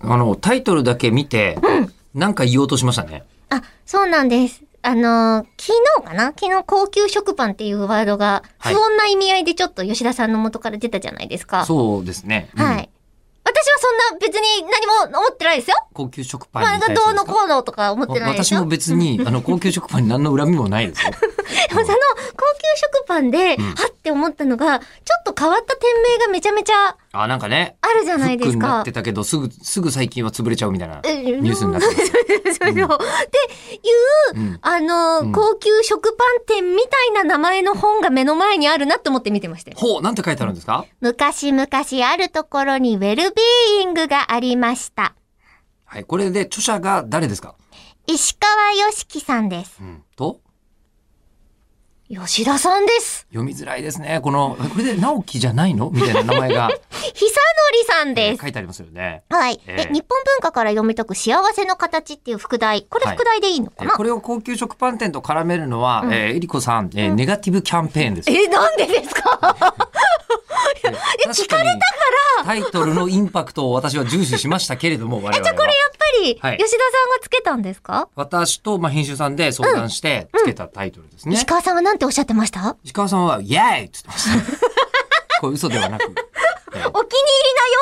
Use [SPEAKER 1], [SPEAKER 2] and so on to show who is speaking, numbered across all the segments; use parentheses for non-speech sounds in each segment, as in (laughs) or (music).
[SPEAKER 1] あの、タイトルだけ見て、なんか言おうとしましたね。
[SPEAKER 2] あ、そうなんです。あのー昨日かな昨日高級食パンっていうワードが、
[SPEAKER 1] はい
[SPEAKER 2] 不穏な意味合いでちょっと吉田さんの元から出たじゃないですか。
[SPEAKER 1] そうですね。うん
[SPEAKER 2] はい。。私はそんな別に何も思ってないですよ。
[SPEAKER 1] 高級食
[SPEAKER 2] まあ、
[SPEAKER 1] パン
[SPEAKER 2] なん
[SPEAKER 1] に対
[SPEAKER 2] か
[SPEAKER 1] して
[SPEAKER 2] どう
[SPEAKER 1] です
[SPEAKER 2] の
[SPEAKER 1] か
[SPEAKER 2] こうのとか思ってないです
[SPEAKER 1] 私
[SPEAKER 2] よ。
[SPEAKER 1] も別に、あの、高級食パンに何の恨みもない
[SPEAKER 2] (laughs)
[SPEAKER 1] ですよ。
[SPEAKER 2] でもその高級食パンで、はって思ったのが、ちょっと変わった店名がめちゃめちゃ
[SPEAKER 1] あ、なんかね。
[SPEAKER 2] あるじゃ
[SPEAKER 1] フ
[SPEAKER 2] ない
[SPEAKER 1] ッ
[SPEAKER 2] で
[SPEAKER 1] ク
[SPEAKER 2] す
[SPEAKER 1] になっ
[SPEAKER 2] か
[SPEAKER 1] て。たけど、すぐ、すぐ最近は潰れちゃうみたいな
[SPEAKER 2] え
[SPEAKER 1] ニュースになってます。
[SPEAKER 2] それでも、っていう、
[SPEAKER 1] うん
[SPEAKER 2] あのー、
[SPEAKER 1] うん
[SPEAKER 2] 高級食パン店みたいな名前の本が目の前にあるなって思って見てましたよ。
[SPEAKER 1] ほう、なんて書いてあるんですか
[SPEAKER 2] 昔々あるところにウェルビーイングがありました。
[SPEAKER 1] はい、これで著者が誰ですか
[SPEAKER 2] 石川良樹さんです。
[SPEAKER 1] うん。と、
[SPEAKER 2] 吉田さんです。
[SPEAKER 1] 読みづらいですね。この、これで直樹じゃないのみたいな名前
[SPEAKER 2] (laughs)
[SPEAKER 1] が
[SPEAKER 2] 久典さん
[SPEAKER 1] 書
[SPEAKER 2] で
[SPEAKER 1] い
[SPEAKER 2] す。
[SPEAKER 1] てありますよね。
[SPEAKER 2] はい。
[SPEAKER 1] え
[SPEAKER 2] で、
[SPEAKER 1] え
[SPEAKER 2] 日本文化から読み解く幸せの形っていう副題。これ
[SPEAKER 1] はい
[SPEAKER 2] 副題でいいのか
[SPEAKER 1] え
[SPEAKER 2] な、
[SPEAKER 1] これを高級食パン店と絡めるのは、
[SPEAKER 2] ん
[SPEAKER 1] えーえりこさん、えーネガティブキャンペーンです。
[SPEAKER 2] え、なんでですか
[SPEAKER 1] (laughs) え聞かれたからタイトルのインパクトを私は重視しましたけれ (laughs) ども、我々は。
[SPEAKER 2] じゃあこれやっぱ
[SPEAKER 1] は
[SPEAKER 2] り、
[SPEAKER 1] い
[SPEAKER 2] 吉田さんがつけたんですか、
[SPEAKER 1] 私と、まあ、編集さんで相談してつけたタイトルですね。
[SPEAKER 2] 石川さんはなんておっしゃってました
[SPEAKER 1] 石川さんは、イエーイって言ってました。 (laughs) これ嘘で (laughs) はなく。えー
[SPEAKER 2] お気に入りなよ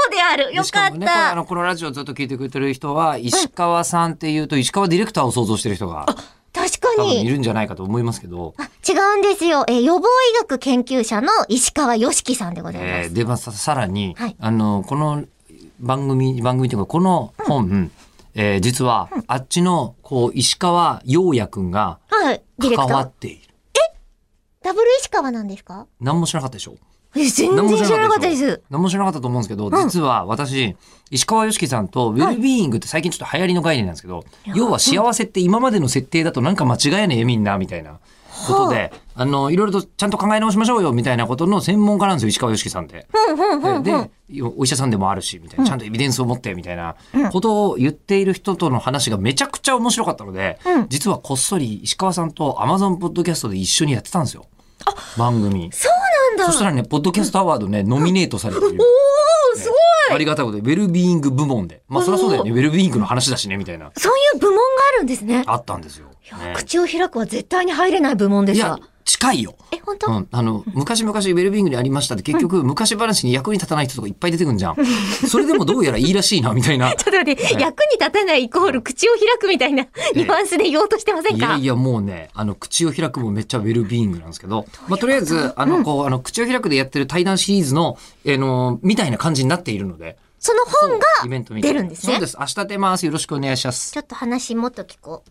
[SPEAKER 2] うである。よ
[SPEAKER 1] し
[SPEAKER 2] か
[SPEAKER 1] か
[SPEAKER 2] っ
[SPEAKER 1] も
[SPEAKER 2] た。
[SPEAKER 1] ね、これあの、このラジオずっと聞いてくれてる人は、石川さんっていうと、石川ディレクターを想像してる人が
[SPEAKER 2] 確か
[SPEAKER 1] 多分い
[SPEAKER 2] に。
[SPEAKER 1] るんじゃないかと思いますけど、
[SPEAKER 2] あ違うんですよ。えー予防医学研究者の石川良樹さんでございます。
[SPEAKER 1] えーで、まあ、ささらに、
[SPEAKER 2] はい
[SPEAKER 1] あの、この番組、番組というか、この本、えー実は、あっちの、こう、石川陽也くんが
[SPEAKER 2] はい。ディレ
[SPEAKER 1] 関
[SPEAKER 2] クタ
[SPEAKER 1] わ
[SPEAKER 2] ー
[SPEAKER 1] っ。ている。
[SPEAKER 2] ダブル石川なんですか
[SPEAKER 1] 何も知らなかったでしょ
[SPEAKER 2] え、全
[SPEAKER 1] 何も
[SPEAKER 2] 然知らなかったで
[SPEAKER 1] しょ
[SPEAKER 2] す。
[SPEAKER 1] 何も知らなかったと思うんですけど、実は私、石川良樹さんとウェルビーイングって最近ちょっと流行りの概念なんですけど、要は幸せって今までの設定だとなんか間違えねえみんな、みたいなことで、あの、いろいろとちゃんと考え直しましょうよ、みたいなことの専門家なんですよ、石川良樹さんって。
[SPEAKER 2] うん、うん、うん。
[SPEAKER 1] で、お医者さんでもあるし、みたいな、ちゃんとエビデンスを持って、みたいなことを言っている人との話がめちゃくちゃ面白かったので、
[SPEAKER 2] うん
[SPEAKER 1] 実はこっそり石川さんと Amazon ポッドキャストで一緒にやってたんですよ。番組。
[SPEAKER 2] そうなん
[SPEAKER 1] そし
[SPEAKER 2] だ。
[SPEAKER 1] たらね、ポッドキャストアワードね、ノミネートされてる。
[SPEAKER 2] おー、すごい。
[SPEAKER 1] ありがたいことで、ウェルビーイング部門で。まあ、そりゃそうだよね。ウェルビーイングの話だしね、みたいな。
[SPEAKER 2] そういう部門があるんですね。
[SPEAKER 1] あったんですよ。ね
[SPEAKER 2] 口を開くは絶対に入れない部門で
[SPEAKER 1] い
[SPEAKER 2] し
[SPEAKER 1] や
[SPEAKER 2] た。、
[SPEAKER 1] 近いよ。
[SPEAKER 2] え、本
[SPEAKER 1] う
[SPEAKER 2] 当
[SPEAKER 1] ん、あの昔々ウェルビーイングにありましたって結局昔話に役に立たない人とかいっぱい出てくんじゃん。それでもどうやらいいらしいなみたい
[SPEAKER 2] (laughs)
[SPEAKER 1] な。
[SPEAKER 2] ちょっと待って、役に立たないイコール口を開くみたいなニュアンスで言おうとしてません
[SPEAKER 1] いや
[SPEAKER 2] か
[SPEAKER 1] いやもうねあの口を開くもめっちゃウェルビーイングなんですけどまあ、とりあえずあのこうあの口を開くでやってる対談シリーズの、えーのみたいな感じになっているので
[SPEAKER 2] その本が
[SPEAKER 1] イベントみたい
[SPEAKER 2] 出
[SPEAKER 1] な
[SPEAKER 2] るんですね
[SPEAKER 1] そうで。す明日出ますよろしくお願いします
[SPEAKER 2] ちょっと話もっと聞こう。